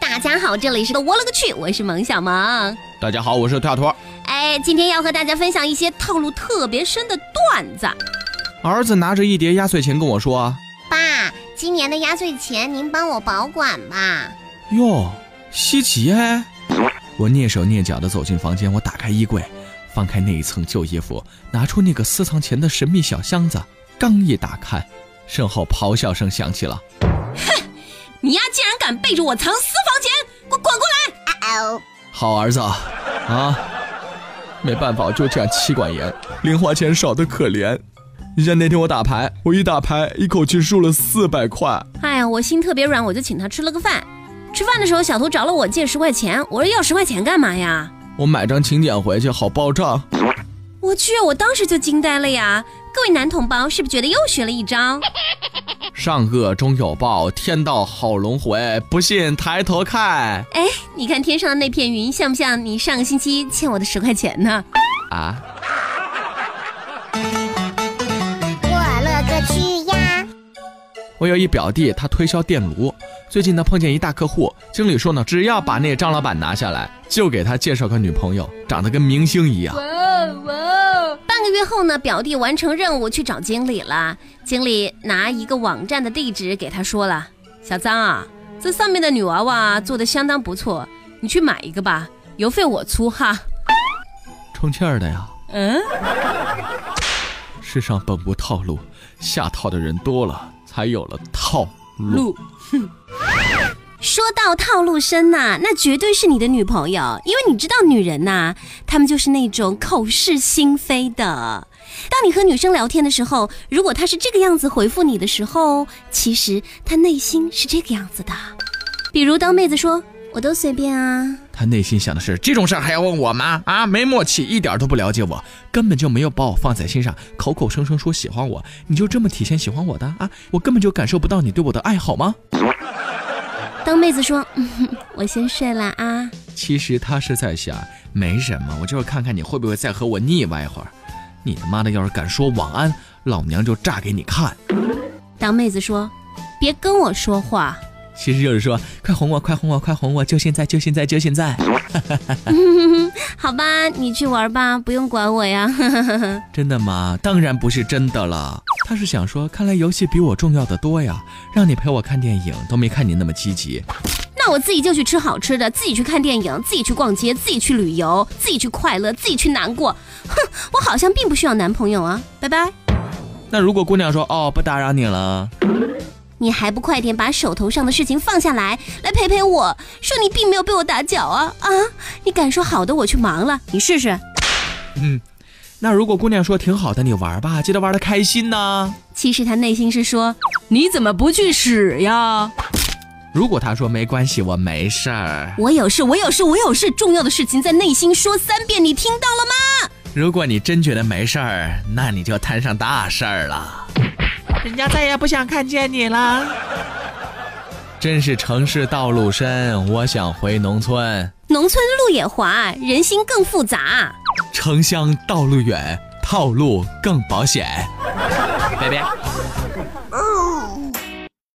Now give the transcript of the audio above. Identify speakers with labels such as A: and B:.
A: 大家好，这里是我了个去，我是萌小萌。
B: 大家好，我是跳托。
A: 哎，今天要和大家分享一些套路特别深的段子。
B: 儿子拿着一叠压岁钱跟我说啊
C: 爸，今年的压岁钱您帮我保管吧。：“
B: 哟，稀奇哎！”我蹑手蹑脚地走进房间，我打开衣柜，翻开那一层旧衣服，拿出那个私藏钱的神秘小箱子。刚一打开，身后咆哮声响起了。
A: 你呀，竟然敢背着我藏私房钱，滚滚过来！
C: 啊哦，
B: 好儿子，啊，没办法，我就这样妻管严，零花钱少得可怜。你像那天我打牌，我一打牌一口气输了四百块。
A: 哎呀，我心特别软，我就请他吃了个饭。吃饭的时候，小偷找了我借十块钱，我说要十块钱干嘛呀？
B: 我买张请柬回去，好报账。
A: 我去，我当时就惊呆了呀！各位男同胞，是不是觉得又学了一招？
B: 善恶终有报，天道好轮回，不信抬头看。
A: 哎，你看天上的那片云，像不像你上个星期欠我的十块钱呢？
B: 啊，
C: 我勒个去呀！
B: 我有一表弟，他推销电炉，最近呢碰见一大客户，经理说呢，只要把那张老板拿下来，就给他介绍个女朋友，长得跟明星一样。
A: 半个月后呢，表弟完成任务去找经理了。经理拿一个网站的地址给他说了：“小张啊，这上面的女娃娃做的相当不错，你去买一个吧，邮费我出哈。
B: 充气儿的呀，”
A: 嗯，
B: 世上本无套路，下套的人多了，才有了套路。
A: 路。说到套路深呐、那绝对是你的女朋友，因为你知道女人呐、她们就是那种口是心非的。当你和女生聊天的时候，如果她是这个样子回复你的时候，其实她内心是这个样子的。比如当妹子说“我都随便啊
B: 他内心想的是，这种事儿还要问我吗？啊，没默契，一点都不了解我，根本就没有把我放在心上，口口声声说喜欢我，你就这么体现喜欢我的啊？我根本就感受不到你对我的爱好吗？”，
A: 当妹子说“嗯，我先睡了啊
B: 其实他是在想，没什么，我就是看看你会不会再和我腻歪一会儿。你他妈的要是敢说晚安，老娘就炸给你看。”，
A: 当妹子说“别跟我说话
B: 其实就是说，快哄我，快哄我，快哄我，就现在，就现在，就现在。”，
A: 好吧，你去玩吧，不用管我呀。
B: 真的吗？当然不是真的了。他是想说，看来游戏比我重要的多呀。让你陪我看电影，都没看你那么积极。
A: 那我自己就去吃好吃的，自己去看电影，自己去逛街，自己去旅游，自己去快乐，自己去难过。哼，我好像并不需要男朋友啊，拜拜！
B: 那如果姑娘说，哦，不打扰你了，
A: 你还不快点把手头上的事情放下来，来陪陪我，说你并没有被我打搅啊啊！你敢说好的我去忙了，你试试。
B: 嗯，那如果姑娘说挺好的，你玩吧，记得玩的开心呐、
A: 其实他内心是说，你怎么不去使呀？
B: 如果她说没关系，我没事儿。
A: 我有事，我有事，我有事，重要的事情在内心说三遍，你听到了吗？
B: 如果你真觉得没事儿，那你就摊上大事儿了。人家再也不想看见你啦。真是城市道路深，我想回农村。
A: 农村路也滑，人心更复杂。
B: 城乡道路远，套路更保险。拜拜。